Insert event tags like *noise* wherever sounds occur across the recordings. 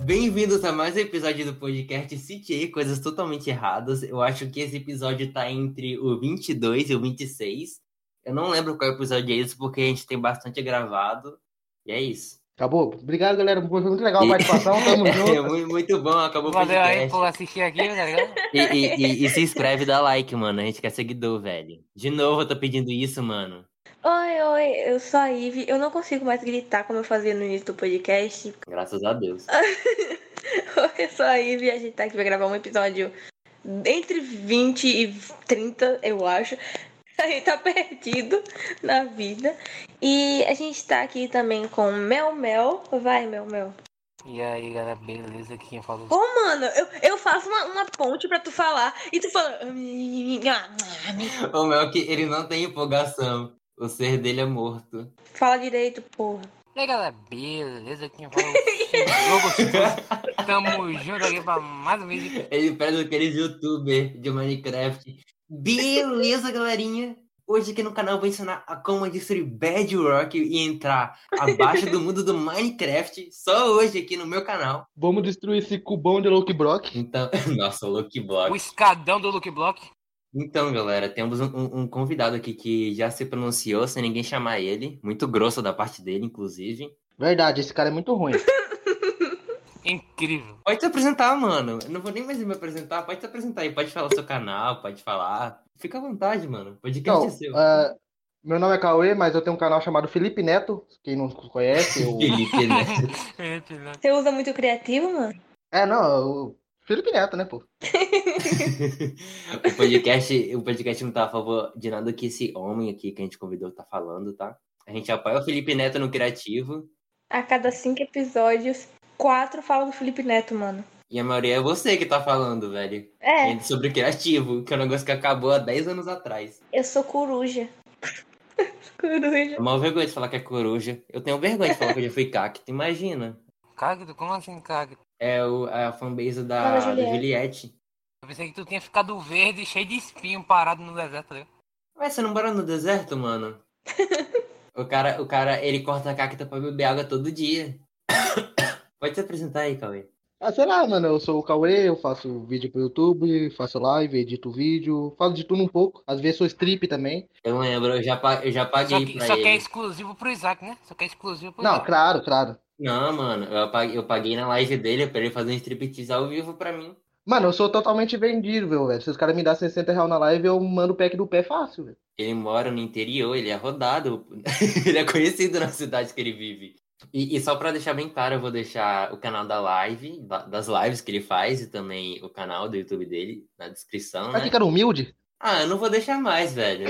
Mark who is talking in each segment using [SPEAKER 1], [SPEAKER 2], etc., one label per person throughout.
[SPEAKER 1] Bem-vindos a mais um episódio do podcast Citei Coisas Totalmente Erradas. Eu acho que esse episódio tá entre o 22 e o 26. Eu não lembro qual episódio é esse, porque a gente tem bastante gravado. E é isso.
[SPEAKER 2] Acabou? Obrigado, galera. Foi muito legal a participação.
[SPEAKER 1] *laughs*
[SPEAKER 2] Tamo
[SPEAKER 1] É
[SPEAKER 2] junto.
[SPEAKER 1] mu- muito bom, acabou o
[SPEAKER 3] um Valeu aí
[SPEAKER 1] podcast.
[SPEAKER 3] por assistir aqui, tá ligado?
[SPEAKER 1] E, e- e- e se inscreve e dá like, mano. A gente quer seguidor, velho. De novo, eu tô pedindo isso, mano.
[SPEAKER 4] Oi, oi, eu sou a Ive. Eu não consigo mais gritar como eu fazia no início do podcast. *laughs*
[SPEAKER 1] Graças a Deus.
[SPEAKER 4] Oi, eu sou a Ive e a gente tá aqui pra gravar um episódio entre 20 e 30, eu acho. *laughs* A gente tá perdido na vida. E a gente tá aqui também com Mel Mel. Vai, Mel Mel.
[SPEAKER 3] E aí, galera, beleza? Quem é falou?
[SPEAKER 4] Ô, mano, eu, eu faço uma, uma ponte pra tu falar e tu fala.
[SPEAKER 1] O Mel que ele não tem empolgação. O ser dele é morto.
[SPEAKER 4] Fala direito, porra.
[SPEAKER 3] E aí, galera, beleza? Quem é falou? Jogo Chus. Tamo junto aqui pra mais um vídeo.
[SPEAKER 1] Ele perde aqueles youtuber de Minecraft. Beleza, galerinha? Hoje aqui no canal eu vou ensinar a como destruir Bedrock e entrar abaixo do mundo do Minecraft. Só hoje aqui no meu canal.
[SPEAKER 2] Vamos destruir esse cubão de Loki Brock.
[SPEAKER 1] Então, *laughs* nossa, o Lucky
[SPEAKER 3] O
[SPEAKER 1] Block.
[SPEAKER 3] escadão do Luke Block.
[SPEAKER 1] Então, galera, temos um, um- um convidado aqui que já se pronunciou sem ninguém chamar ele. Muito grosso da parte dele, inclusive.
[SPEAKER 2] Verdade, esse cara é muito ruim.
[SPEAKER 3] Incrível.
[SPEAKER 1] Pode se apresentar, mano. Eu não vou nem mais me apresentar. Pode se apresentar aí. Pode falar seu canal, pode falar. Fica à vontade, mano. Podcast
[SPEAKER 2] Então,
[SPEAKER 1] é seu.
[SPEAKER 2] ah, meu nome é Cauê, mas eu tenho um canal chamado Felipe Neto. Quem não conhece, eu...
[SPEAKER 1] *laughs* Felipe, né?
[SPEAKER 3] Gente, né?
[SPEAKER 4] Você usa muito criativo, mano?
[SPEAKER 2] É, não, eu- Felipe Neto, né, pô?
[SPEAKER 1] o, podcast, o podcast não tá a favor de nada que esse homem aqui que a gente convidou tá falando, tá? A gente apoia o Felipe Neto no Criativo
[SPEAKER 4] A cada cinco episódios, quatro falam do Felipe Neto, mano.
[SPEAKER 1] e a maioria é você que tá falando, velho.
[SPEAKER 4] É.
[SPEAKER 1] Gente, Sobre o Criativo, que é um negócio que acabou há 10 anos atrás.
[SPEAKER 4] Eu sou coruja. *laughs* coruja.
[SPEAKER 1] É uma vergonha de falar que é coruja. Eu tenho vergonha de falar que eu já fui cacto, imagina.
[SPEAKER 3] Cagdo, como assim, cagdo?
[SPEAKER 1] É o, a fanbase da, da
[SPEAKER 4] Fala, Juliette.
[SPEAKER 1] Juliette.
[SPEAKER 3] Eu pensei que tu tinha ficado verde, cheio de espinho, parado no deserto, tá ligado?
[SPEAKER 1] Ué, você não mora no deserto, mano?
[SPEAKER 4] *laughs*
[SPEAKER 1] o, cara, o cara, ele corta cacto pra beber água todo dia. *coughs* Pode se apresentar aí, Cauê.
[SPEAKER 2] Ah, sei lá, mano, eu sou o Cauê, eu faço vídeo pro YouTube, faço live, edito vídeo, faço de tudo um pouco. Às vezes sou strip também.
[SPEAKER 1] Eu lembro, eu já, pa- eu já
[SPEAKER 3] Só
[SPEAKER 1] paguei
[SPEAKER 3] que,
[SPEAKER 1] pra
[SPEAKER 3] só que
[SPEAKER 1] ele.
[SPEAKER 3] é exclusivo pro Isaac, né? Só que é exclusivo pro
[SPEAKER 2] Não,
[SPEAKER 3] Isaac.
[SPEAKER 2] claro, claro.
[SPEAKER 1] Não, mano, eu paguei, eu paguei na live dele pra ele fazer um striptease ao vivo pra mim.
[SPEAKER 2] Mano, eu sou totalmente vendível, velho. Se os caras me dão 60 reais na live, eu mando o pack do pé fácil, velho.
[SPEAKER 1] Ele mora no interior, ele é rodado, *laughs* ele é conhecido na cidade que ele vive. E, e só pra deixar bem claro, eu vou deixar o canal da live, da- das lives que ele faz e também o canal do YouTube dele na descrição,
[SPEAKER 2] Mas
[SPEAKER 3] Uhum.
[SPEAKER 1] né?
[SPEAKER 2] que cara humilde?
[SPEAKER 1] Ah, eu não vou deixar mais, velho.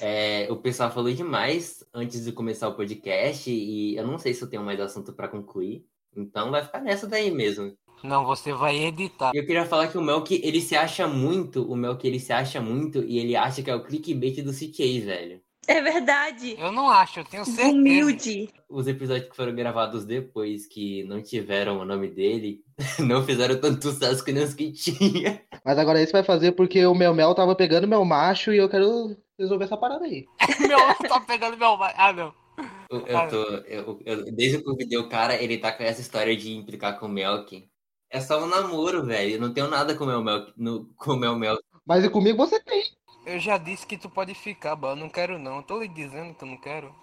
[SPEAKER 1] É, o pessoal falou demais antes de começar o podcast e eu não sei se eu tenho mais assunto pra concluir. Então vai ficar nessa daí mesmo.
[SPEAKER 3] Não, você vai editar.
[SPEAKER 1] E Eu queria falar que o Melk, ele se acha muito, o Melk, ele se acha muito e ele acha que é o clickbait do CTA, velho.
[SPEAKER 4] É verdade.
[SPEAKER 3] Eu não acho, eu tenho certeza.
[SPEAKER 4] Humilde.
[SPEAKER 1] Os episódios que foram gravados depois que não tiveram o nome dele, *laughs* não fizeram tanto sucesso que nem os que tinha.
[SPEAKER 2] Mas agora esse vai fazer porque o meu mel tava pegando meu macho e eu quero resolver essa parada aí.
[SPEAKER 3] *laughs* Meu ovo tá pegando meu... vai- Ah, não.
[SPEAKER 1] Eu, eu tô, eu, eu- desde que eu convidei o cara, ele tá com essa história de implicar com o Melk. É só um namoro, velho. Eu não tenho nada com o meu Melk, no, com o meu Melk. *laughs*
[SPEAKER 2] Mas e comigo você tem.
[SPEAKER 3] Eu já disse que tu pode ficar, bah, eu não quero não. Eu Tô lhe dizendo que eu não quero.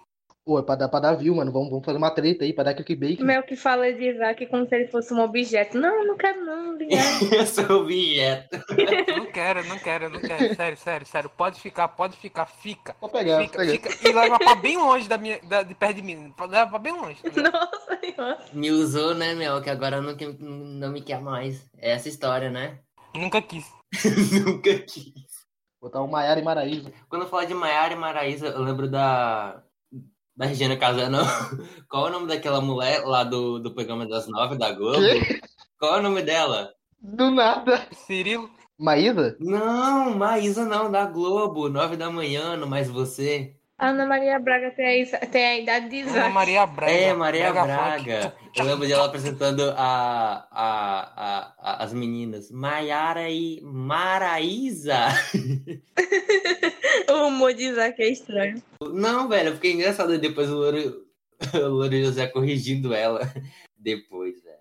[SPEAKER 2] Pô, é pra dar, pra dar view, mano. Vamos, vamos fazer uma treta aí pra dar clickbait.
[SPEAKER 4] Mel é que fala de Isaac como se ele fosse um objeto. Não, não quero
[SPEAKER 1] *laughs*
[SPEAKER 4] não, obrigado.
[SPEAKER 1] Eu sou um objeto.
[SPEAKER 3] Eu não quero, eu não quero, eu não quero. Sério, sério, sério. Pode ficar, pode ficar, fica.
[SPEAKER 2] Vou pegar, vou
[SPEAKER 3] fica,
[SPEAKER 2] pegar.
[SPEAKER 3] fica. E leva pra bem longe da minha. da- de perto de mim. Leva pra bem longe. tá
[SPEAKER 4] Nossa senhora.
[SPEAKER 1] Me usou, né, Melk? Agora não, que- não me quer mais. É essa história, né? *laughs*
[SPEAKER 3] Nunca quis.
[SPEAKER 1] Nunca quis.
[SPEAKER 2] Botar o Maiara e Maraísa.
[SPEAKER 1] Quando eu falo de Maiara e Maraísa, eu lembro da. Da Regina Casano. *laughs* Qual é o nome daquela mulher lá do, do programa das nove da Globo?
[SPEAKER 3] Uhum.
[SPEAKER 2] Quê?
[SPEAKER 1] Qual é o nome dela?
[SPEAKER 2] Do nada.
[SPEAKER 3] Cirilo,
[SPEAKER 2] Maísa?
[SPEAKER 1] Não, Maísa não, da Globo. Nove da manhã, no Mais Você.
[SPEAKER 4] Ana Maria Braga tem a, Isa- tem a idade de
[SPEAKER 3] Ana
[SPEAKER 4] Isaac.
[SPEAKER 3] Maria Braga.
[SPEAKER 1] É, Maria Braga.
[SPEAKER 3] Funk.
[SPEAKER 1] Eu lembro dela apresentando a, a, a- a- as meninas. Maiara e Maraísa.
[SPEAKER 4] O humor de Isaac é estranho.
[SPEAKER 1] Não, velho, eu fiquei engraçado. Depois o Louro *laughs* o Louro José corrigindo ela *laughs* depois, velho.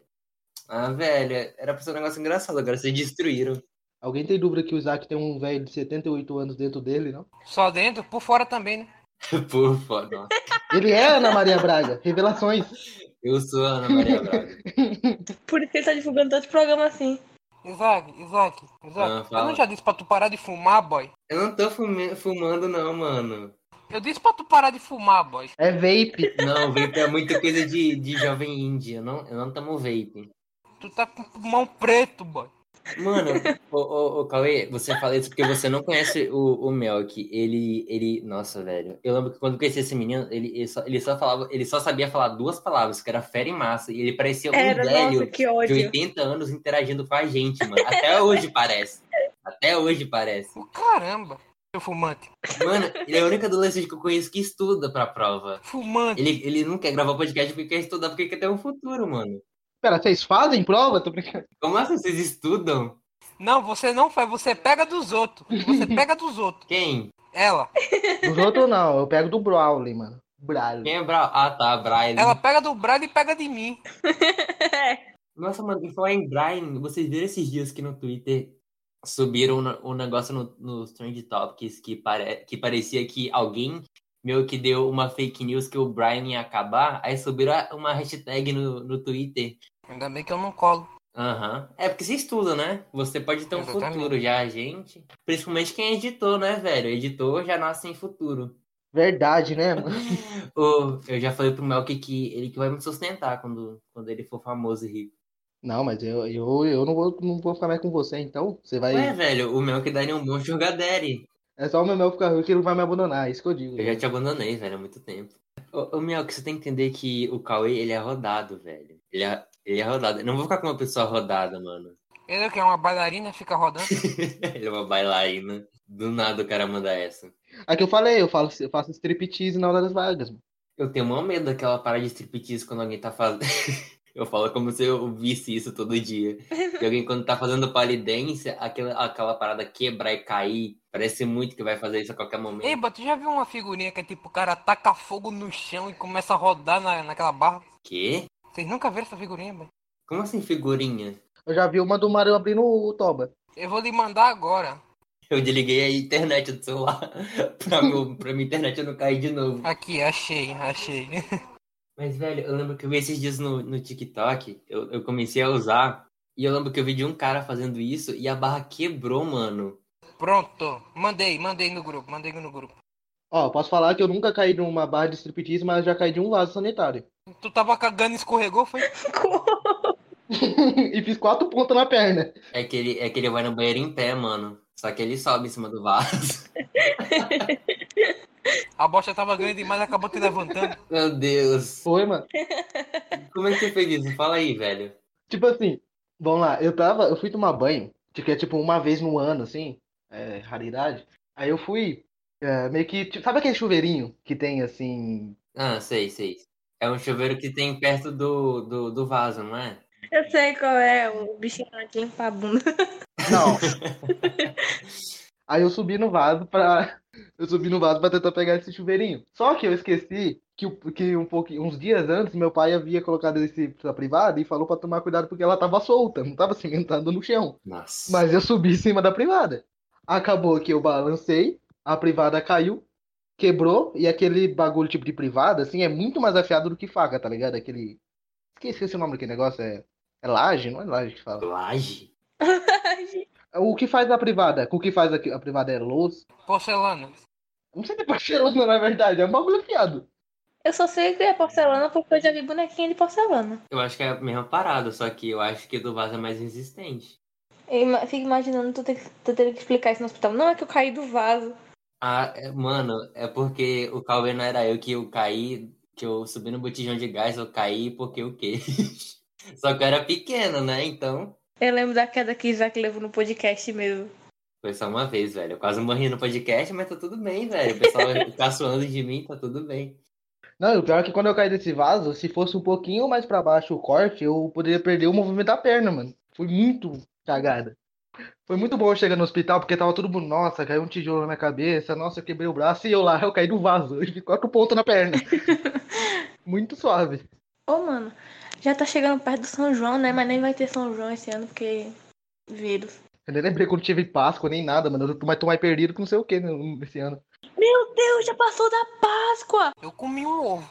[SPEAKER 1] Ah, velho, era pra ser um negócio engraçado, agora vocês destruíram. *laughs*
[SPEAKER 2] Alguém tem dúvida que o Isaac tem um velho de 78 anos dentro dele, não?
[SPEAKER 3] Só dentro, por fora também, né?
[SPEAKER 1] Por foda. nossa.
[SPEAKER 2] Ele é Ana Maria Braga. *laughs* Revelações.
[SPEAKER 1] Eu sou a Ana Maria Braga.
[SPEAKER 4] Por isso que ele tá divulgando tanto programa assim.
[SPEAKER 3] Isaac, Isaac,
[SPEAKER 1] Ah,
[SPEAKER 3] Isaac. eu
[SPEAKER 1] fala.
[SPEAKER 3] não já disse pra tu parar de fumar, boy?
[SPEAKER 1] Eu não tô fume- fumando, não, mano.
[SPEAKER 3] Eu disse pra tu parar de fumar, boy.
[SPEAKER 2] É vape.
[SPEAKER 1] Não, vape é muita coisa de, de jovem índia. Não, eu não tomo vape.
[SPEAKER 3] Tu tá com o pulmão preto, boy.
[SPEAKER 1] Mano, ô, ô, ô, Cauê, você fala isso porque você não conhece o, o Melk. Ele, ele. Nossa, velho. Eu lembro que quando eu conheci esse menino, ele, ele, só, ele só falava, ele só sabia falar duas palavras, que era fera e massa. E ele parecia um
[SPEAKER 4] Era,
[SPEAKER 1] velho
[SPEAKER 4] nossa, que
[SPEAKER 1] de
[SPEAKER 4] ódio.
[SPEAKER 1] 80 anos interagindo com a gente, mano. Até hoje parece. Até hoje parece.
[SPEAKER 3] Ô, Caramba, seu fumante.
[SPEAKER 1] Mano, ele é o único adolescente que eu conheço que estuda pra prova.
[SPEAKER 3] Fumante.
[SPEAKER 1] Ele, ele não quer gravar podcast porque quer estudar, porque quer ter um futuro, mano.
[SPEAKER 2] Pera, vocês fazem prova? Tô brincando.
[SPEAKER 1] Como assim vocês estudam?
[SPEAKER 3] Não, você não faz, você pega dos outros. Você pega dos outros.
[SPEAKER 1] Quem?
[SPEAKER 3] Ela.
[SPEAKER 2] Dos outros não, eu pego do Brawley, mano. Brawley.
[SPEAKER 1] Quem é Bra... Ah, tá, Brian.
[SPEAKER 3] Ela pega do Brad e pega de mim.
[SPEAKER 1] Nossa, mano, e falar em Brian, vocês viram esses dias que no Twitter subiram no- um negócio no- nos Trend Topics que, pare... que parecia que alguém meio que deu uma fake news que o Brian ia acabar, aí subiram a- uma hashtag no, no Twitter.
[SPEAKER 3] Ainda bem que eu não colo.
[SPEAKER 1] Aham. É porque você estuda, né? Você pode ter um
[SPEAKER 3] Exatamente.
[SPEAKER 1] futuro já, gente. Principalmente quem é editor, né, velho? Editor já nasce em futuro.
[SPEAKER 2] Verdade, né, mano?
[SPEAKER 1] Ô, eu já falei pro Melk que ele que vai me sustentar quando, quando ele for famoso e rico.
[SPEAKER 2] Não, mas eu, eu, eu não, vou, não vou ficar mais com você, então. Você vai.
[SPEAKER 1] Ué, velho, o Melk daria um bom sugar daddy.
[SPEAKER 2] É só o meu mel ficar ruim que ele não vai me abandonar, é isso que eu digo.
[SPEAKER 1] Eu já te abandonei, velho, há muito tempo. Ô, ô Mioca, você tem que entender que o Cauê, ele é rodado, velho. Ele é, ele é rodado. Eu não vou ficar com uma pessoa rodada, mano. *laughs*
[SPEAKER 3] Ele que é uma bailarina, fica rodando.
[SPEAKER 1] Ele é uma bailarina. Do nada o cara manda essa.
[SPEAKER 2] Aqui É eu falei, eu, falo, eu faço striptease na hora das vagas. mano.
[SPEAKER 1] Eu tenho maior medo daquela parada de striptease quando alguém tá fazendo. *laughs* eu falo como se eu visse isso todo dia. De alguém quando tá fazendo palidência, aquela, aquela parada quebrar e cair. Parece muito que vai fazer isso a qualquer momento.
[SPEAKER 3] Eba, tu já viu uma figurinha que é tipo o cara taca fogo no chão e começa a rodar na, naquela barra?
[SPEAKER 1] Quê?
[SPEAKER 3] Vocês nunca viram essa figurinha, boy?
[SPEAKER 1] Como assim, figurinha?
[SPEAKER 2] Eu já vi uma do Mario abrindo o toba.
[SPEAKER 3] Eu vou lhe mandar agora.
[SPEAKER 1] Eu desliguei a internet do celular *laughs* pra, meu, pra minha internet não cair de novo.
[SPEAKER 3] Aqui, achei, achei. *laughs*
[SPEAKER 1] Mas, velho, eu lembro que eu vi esses dias no, no TikTok, eu, eu comecei a usar, e eu lembro que eu vi de um cara fazendo isso e a barra quebrou, mano.
[SPEAKER 3] Pronto, mandei, mandei no grupo, mandei no grupo.
[SPEAKER 2] Ó, posso falar que eu nunca caí numa barra de striptease, mas já caí de um vaso sanitário. *laughs*
[SPEAKER 3] Tu tava cagando e escorregou, foi?
[SPEAKER 2] e fiz quatro pontas na perna.
[SPEAKER 1] É que, ele, é que ele vai no banheiro em pé, mano. Só que ele sobe em cima do vaso. *laughs*
[SPEAKER 3] A bosta tava grande demais, acabou te levantando.
[SPEAKER 1] Meu Deus.
[SPEAKER 2] Foi, mano.
[SPEAKER 1] Como é que você fez isso? Fala aí, velho.
[SPEAKER 2] Tipo assim, vamos lá, eu tava, eu fui tomar banho, que é tipo uma vez no ano, assim, é, raridade. Aí eu fui, é, meio que, tipo, sabe aquele chuveirinho que tem assim?
[SPEAKER 1] Ah, sei, sei. É um chuveiro que tem perto do, do, do vaso, não é?
[SPEAKER 4] *laughs* Eu sei qual é, o bichinho aqui limpa a bunda. *laughs*
[SPEAKER 2] Não. *laughs* Aí eu subi no vaso pra, eu subi no vaso pra tentar pegar esse chuveirinho. Só que eu esqueci que, o- que um pouquinho, uns dias antes, meu pai havia colocado esse pra privada e falou pra tomar cuidado porque ela tava solta, não tava cimentada no chão.
[SPEAKER 1] Nossa.
[SPEAKER 2] Mas eu subi em cima da privada. Acabou que eu balancei, a privada caiu, quebrou, e aquele bagulho tipo de privada, assim, é muito mais afiado do que faca, tá ligado? Aquele. Esqueci, esqueci o nome daquele negócio, é. É laje? Não é laje que fala. É
[SPEAKER 1] Laje?
[SPEAKER 2] O que faz a privada? O que faz a, a privada é louça?
[SPEAKER 3] Porcelana.
[SPEAKER 2] Não sei se é *laughs* parcelana, na verdade, é um bagulho afiado.
[SPEAKER 4] Eu só sei que é porcelana porque eu já vi bonequinha de porcelana.
[SPEAKER 1] Eu acho que é a mesma parada, só que eu acho que do vaso é mais resistente.
[SPEAKER 4] Eu ima- fico imaginando tu ter, que- tu ter que explicar isso no hospital. Não é que eu caí do vaso.
[SPEAKER 1] Ah, é- mano, é porque o Cauê não era eu que eu caí, que eu subi no botijão de gás, eu caí porque eu quis. *laughs* Só que eu era pequeno, né? Então,
[SPEAKER 4] Eu lembro da queda que Isaac levou no podcast mesmo.
[SPEAKER 1] foi só uma vez, velho. Eu quase morri no podcast, mas tá tudo bem, velho. O pessoal tá suando de mim, tá tudo bem.
[SPEAKER 2] Não, e o pior é que quando eu caí desse vaso, se fosse um pouquinho mais pra baixo o corte, eu poderia perder o movimento da perna, mano. Foi muito cagada. Foi muito bom eu chegar no hospital, porque tava todo mundo, nossa, caiu um tijolo na minha cabeça, nossa, eu quebrei o braço, e eu lá, eu caí do vaso, eu tive quatro pontos na perna. Muito suave.
[SPEAKER 4] Ô, mano, já tá chegando perto do São João, né? Mas nem vai ter São João esse ano, porque. Vírus.
[SPEAKER 2] Eu nem lembrei quando tive Páscoa, nem nada, mano. Eu tô, mas tô mais perdido que não sei o que esse ano.
[SPEAKER 4] Meu Deus, já passou da Páscoa!
[SPEAKER 3] Eu comi um ovo.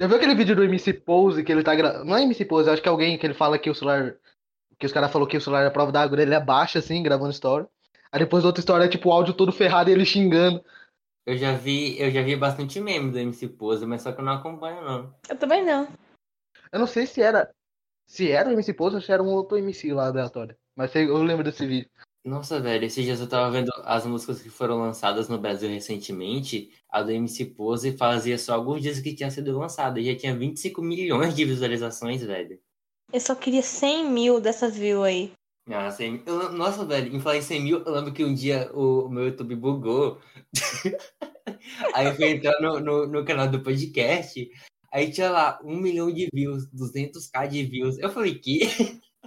[SPEAKER 2] Já viu aquele vídeo do MC Pose que ele tá gravando? Não é MC Pose, eu acho que é alguém que ele fala que o celular. Que os caras falaram que o celular é a prova d'água, ele abaixa assim, gravando história. Aí depois outra história é tipo o áudio todo ferrado e ele xingando.
[SPEAKER 1] Eu já vi, eu já vi bastante meme do MC Pose, mas só que eu não acompanho, não.
[SPEAKER 4] Eu também não.
[SPEAKER 2] Eu não sei se era. Se era o MC Pose ou se era um outro MC lá aleatório. Mas sei- eu lembro desse vídeo.
[SPEAKER 1] Nossa, velho, esses dias eu tava vendo as músicas que foram lançadas no Brasil recentemente. A do MC Pose fazia só alguns dias que tinha sido lançada. E já tinha 25 milhões de visualizações, velho.
[SPEAKER 4] Eu só queria 100 mil dessas views aí.
[SPEAKER 1] Ah, 100 eu- Nossa, velho, em falar em 100 mil, eu lembro que um dia o meu YouTube bugou. *laughs* aí eu fui entrar no, no, no canal do podcast. Aí tinha lá 1 milhão de views, 200k de views. Eu falei, que?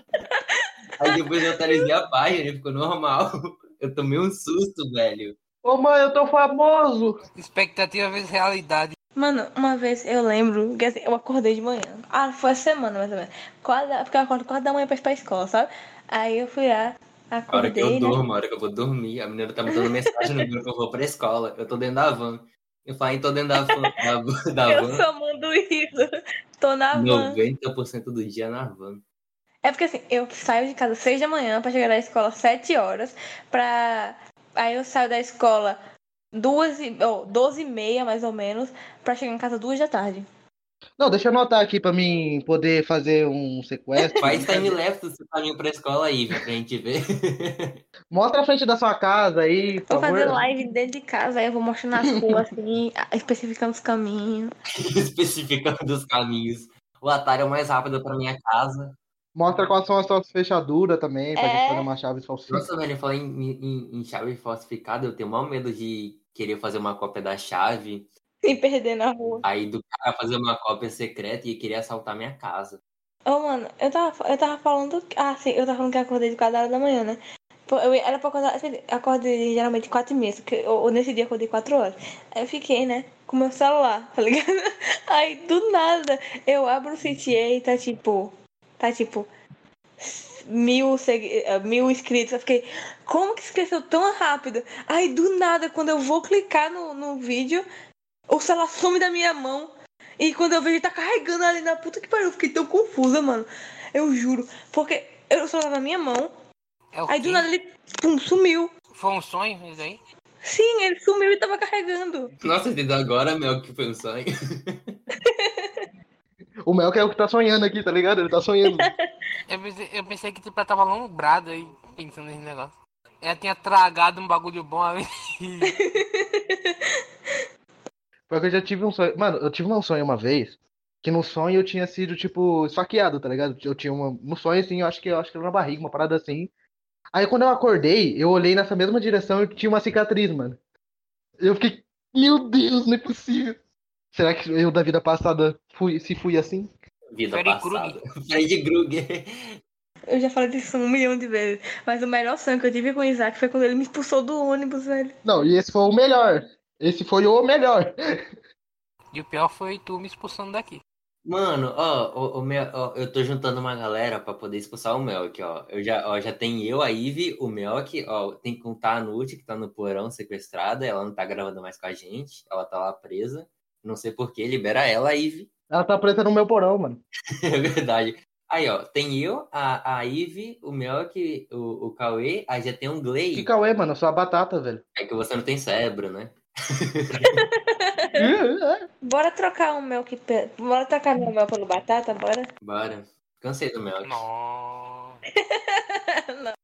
[SPEAKER 1] *laughs* aí depois eu atualizei a página e ficou normal. *laughs* Eu tomei um susto, velho.
[SPEAKER 2] Ô mãe, eu tô famoso!
[SPEAKER 3] Expectativa vezes realidade.
[SPEAKER 4] Mano, uma vez eu lembro, que assim, eu acordei de manhã. Ah, foi a semana mais ou menos. Quatro, da- porque eu acordo quatro da manhã pra ir pra escola, sabe? Aí eu fui lá,
[SPEAKER 1] A hora que eu
[SPEAKER 4] acordei, né?
[SPEAKER 1] durmo, a hora que eu vou dormir, a menina tá mandando mensagem no meu que eu vou pra escola. Eu tô dentro da van. Eu falei, tô dentro da van. Da, van- da
[SPEAKER 4] *laughs* Eu
[SPEAKER 1] van.
[SPEAKER 4] só mando isso. Tô na van.
[SPEAKER 1] 90% do dia na van.
[SPEAKER 4] É porque assim, eu saio de casa às seis da manhã pra chegar na escola às sete horas. Pra... Aí eu saio da escola duas e... ou doze e meia, mais ou menos, pra chegar em casa duas da tarde.
[SPEAKER 2] Não, deixa eu anotar aqui pra mim poder fazer um sequestro.
[SPEAKER 1] Faz time lapse do seu caminho pra escola aí, viu, pra gente ver. *laughs*
[SPEAKER 2] Mostra a frente da sua casa aí, por
[SPEAKER 4] Vou fazer
[SPEAKER 2] favor.
[SPEAKER 4] live dentro de casa, aí eu vou mostrando as *laughs* ruas, assim, especificando os caminhos.
[SPEAKER 1] Especificando os caminhos. O atalho é o mais rápido pra minha casa.
[SPEAKER 2] Mostra quais são as suas fechaduras também, pra
[SPEAKER 4] É.
[SPEAKER 2] gente fazer uma chave falsificada.
[SPEAKER 1] Nossa, velho, eu falei em, em- em chave falsificada, eu tenho o maior medo de querer fazer uma cópia da chave.
[SPEAKER 4] E perder na rua.
[SPEAKER 1] Aí do cara fazer uma cópia secreta e querer assaltar minha casa.
[SPEAKER 4] Ô, mano, eu tava, fa- eu tava falando. Ah, sim, eu tava falando que eu acordei de 4 horas da manhã, né? Pô, eu ia- era pra acordar. assim, Eu acordei geralmente 4 e meia, só que eu, eu nesse dia acordei 4 horas. Aí eu fiquei, né? Com meu celular, tá ligado? *laughs* Aí do nada eu abro o CTA e tá tipo. Tá tipo. Mil, segui- eh, mil inscritos. Eu fiquei, como que esqueceu tão rápido? Aí do nada, quando eu vou clicar no, no vídeo, o celular some da minha mão. E quando eu vejo, tá carregando ali na puta que pariu. Eu fiquei tão confusa, mano. Eu juro. Porque eu só tava na minha mão.
[SPEAKER 3] É o
[SPEAKER 4] Aí do
[SPEAKER 3] quê?
[SPEAKER 4] nada ele pum, sumiu.
[SPEAKER 3] Foi um sonho isso aí?
[SPEAKER 4] Sim, ele sumiu e tava carregando.
[SPEAKER 1] Nossa, entendeu agora, Mel, que foi um sonho? *laughs*
[SPEAKER 2] O Mel que é o que tá sonhando aqui, tá ligado? Ele tá sonhando.
[SPEAKER 3] Eu pensei, eu pensei que tipo, eu tava alombrado aí, pensando nesse negócio. Ela tinha tragado um bagulho bom ali.
[SPEAKER 2] Porque eu já tive um sonho. Mano, eu tive um sonho uma vez que no sonho eu tinha sido, tipo, esfaqueado, tá ligado? Eu tinha uma. No sonho, assim, eu acho que eu acho que era na barriga, uma parada assim. Aí quando eu acordei, eu olhei nessa mesma direção e tinha uma cicatriz, mano. Eu fiquei, meu Deus, não é possível. Será que eu da vida passada fui, se fui assim?
[SPEAKER 1] Vida
[SPEAKER 3] Freddy
[SPEAKER 1] passada. Freddy Krueger.
[SPEAKER 4] Eu já falei disso um milhão de vezes. Mas o melhor sonho que eu tive com o Isaac foi quando ele me expulsou do ônibus, velho.
[SPEAKER 2] Não, e esse foi o melhor. Esse foi o melhor.
[SPEAKER 3] E o pior foi tu me expulsando daqui.
[SPEAKER 1] Mano, ó, o, o Mel- ó, eu tô juntando uma galera pra poder expulsar o Mel aqui, ó. Eu já, ó, já tem eu, a Ive, o Mel aqui, ó, tem que contar a Nute, que tá no porão sequestrada, ela não tá gravando mais com a gente, ela tá lá presa. Não sei porquê, libera ela, Ive.
[SPEAKER 2] Ela tá presa no meu porão, mano.
[SPEAKER 1] *laughs* É verdade. Aí, ó, tem eu, a, a Ive, o Mel aqui, o, o Cauê, aí já tem um Glei.
[SPEAKER 2] Que cauê, mano, eu sou a batata,
[SPEAKER 1] *laughs*
[SPEAKER 2] velho.
[SPEAKER 1] É que você não tem cérebro, né?
[SPEAKER 2] É,
[SPEAKER 4] Bora trocar o meu que. pe- Bora trocar meu mel pelo batata, bora?
[SPEAKER 1] Bora. Cansei do Mel.
[SPEAKER 3] Nossa.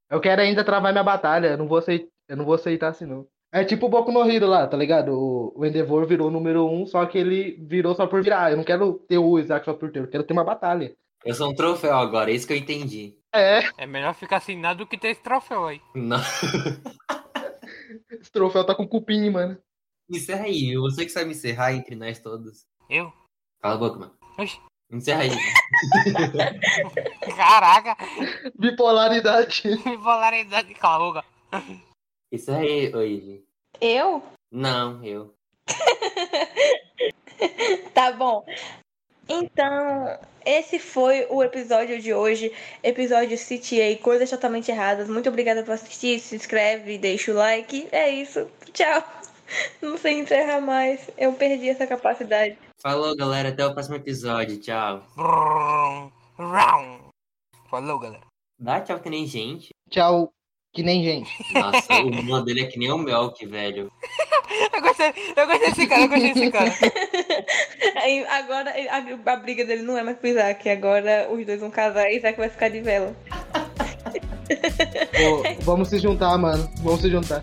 [SPEAKER 2] Eu quero ainda travar minha batalha, eu não vou aceitar, eu não vou aceitar assim não. É tipo o Boku no Hero lá, tá ligado? O, o Endeavor virou o número um, só que ele virou só por virar. Eu não quero ter o Isaac só por ter, eu quero ter uma batalha.
[SPEAKER 1] Eu sou um troféu agora, é isso que eu entendi. *laughs*
[SPEAKER 2] É,
[SPEAKER 3] É melhor ficar sem nada do que ter esse troféu aí.
[SPEAKER 1] Não.
[SPEAKER 2] esse troféu tá com cupim, mano.
[SPEAKER 1] Encerra aí, viu? você que sabe encerrar entre nós todos.
[SPEAKER 3] Eu?
[SPEAKER 1] Cala a boca, mano.
[SPEAKER 3] Oxi.
[SPEAKER 1] Encerra aí.
[SPEAKER 3] Caraca,
[SPEAKER 2] Bipolaridade.
[SPEAKER 3] polaridade calma.
[SPEAKER 1] Encerra aí, ô Ivy.
[SPEAKER 4] Eu?
[SPEAKER 1] Não, eu.
[SPEAKER 4] Tá bom. Então, esse foi o episódio de hoje, episódio CTA, coisas totalmente erradas. Muito obrigada por assistir, se inscreve, deixa o like. É isso. Tchau. *laughs* Não sei encerrar mais. Eu perdi essa capacidade.
[SPEAKER 1] Falou, galera. Até o próximo episódio. Tchau.
[SPEAKER 3] Brum, rum. Falou, galera.
[SPEAKER 1] Dá tchau que nem gente.
[SPEAKER 2] *laughs* Tchau, que nem gente.
[SPEAKER 1] Nossa, o humor dele é que nem o Melk, velho.
[SPEAKER 3] Eu gostei, eu gostei desse cara, eu gostei desse cara.
[SPEAKER 4] Aí, agora a, a briga dele não é mais com o Isaac. Agora os dois vão casar e Isaac vai ficar de vela.
[SPEAKER 2] Pô, vamos se juntar, mano. Vamos se juntar.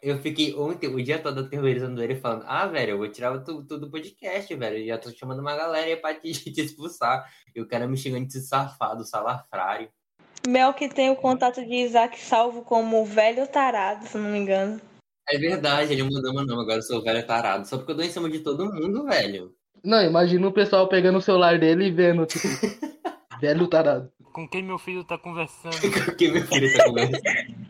[SPEAKER 1] Eu fiquei ontem o dia todo aterrorizando ele, falando: Ah, velho, eu vou tirar tu, tu do podcast, velho. Eu já tô chamando uma galera aí pra te, *laughs* te expulsar. E o cara me xingando de safado, salafrário.
[SPEAKER 4] Mel que tem o contato de Isaac salvo como velho tarado, se não me engano.
[SPEAKER 1] É verdade, ele mudou meu nome, agora eu sou o velho tarado. Só porque eu dou em cima de todo mundo, velho. *laughs*
[SPEAKER 2] Não, imagina o pessoal pegando o celular dele e vendo, *laughs* tipo, velho tarado.
[SPEAKER 3] Com quem meu filho tá conversando?
[SPEAKER 1] Porque meu filho tá conversando.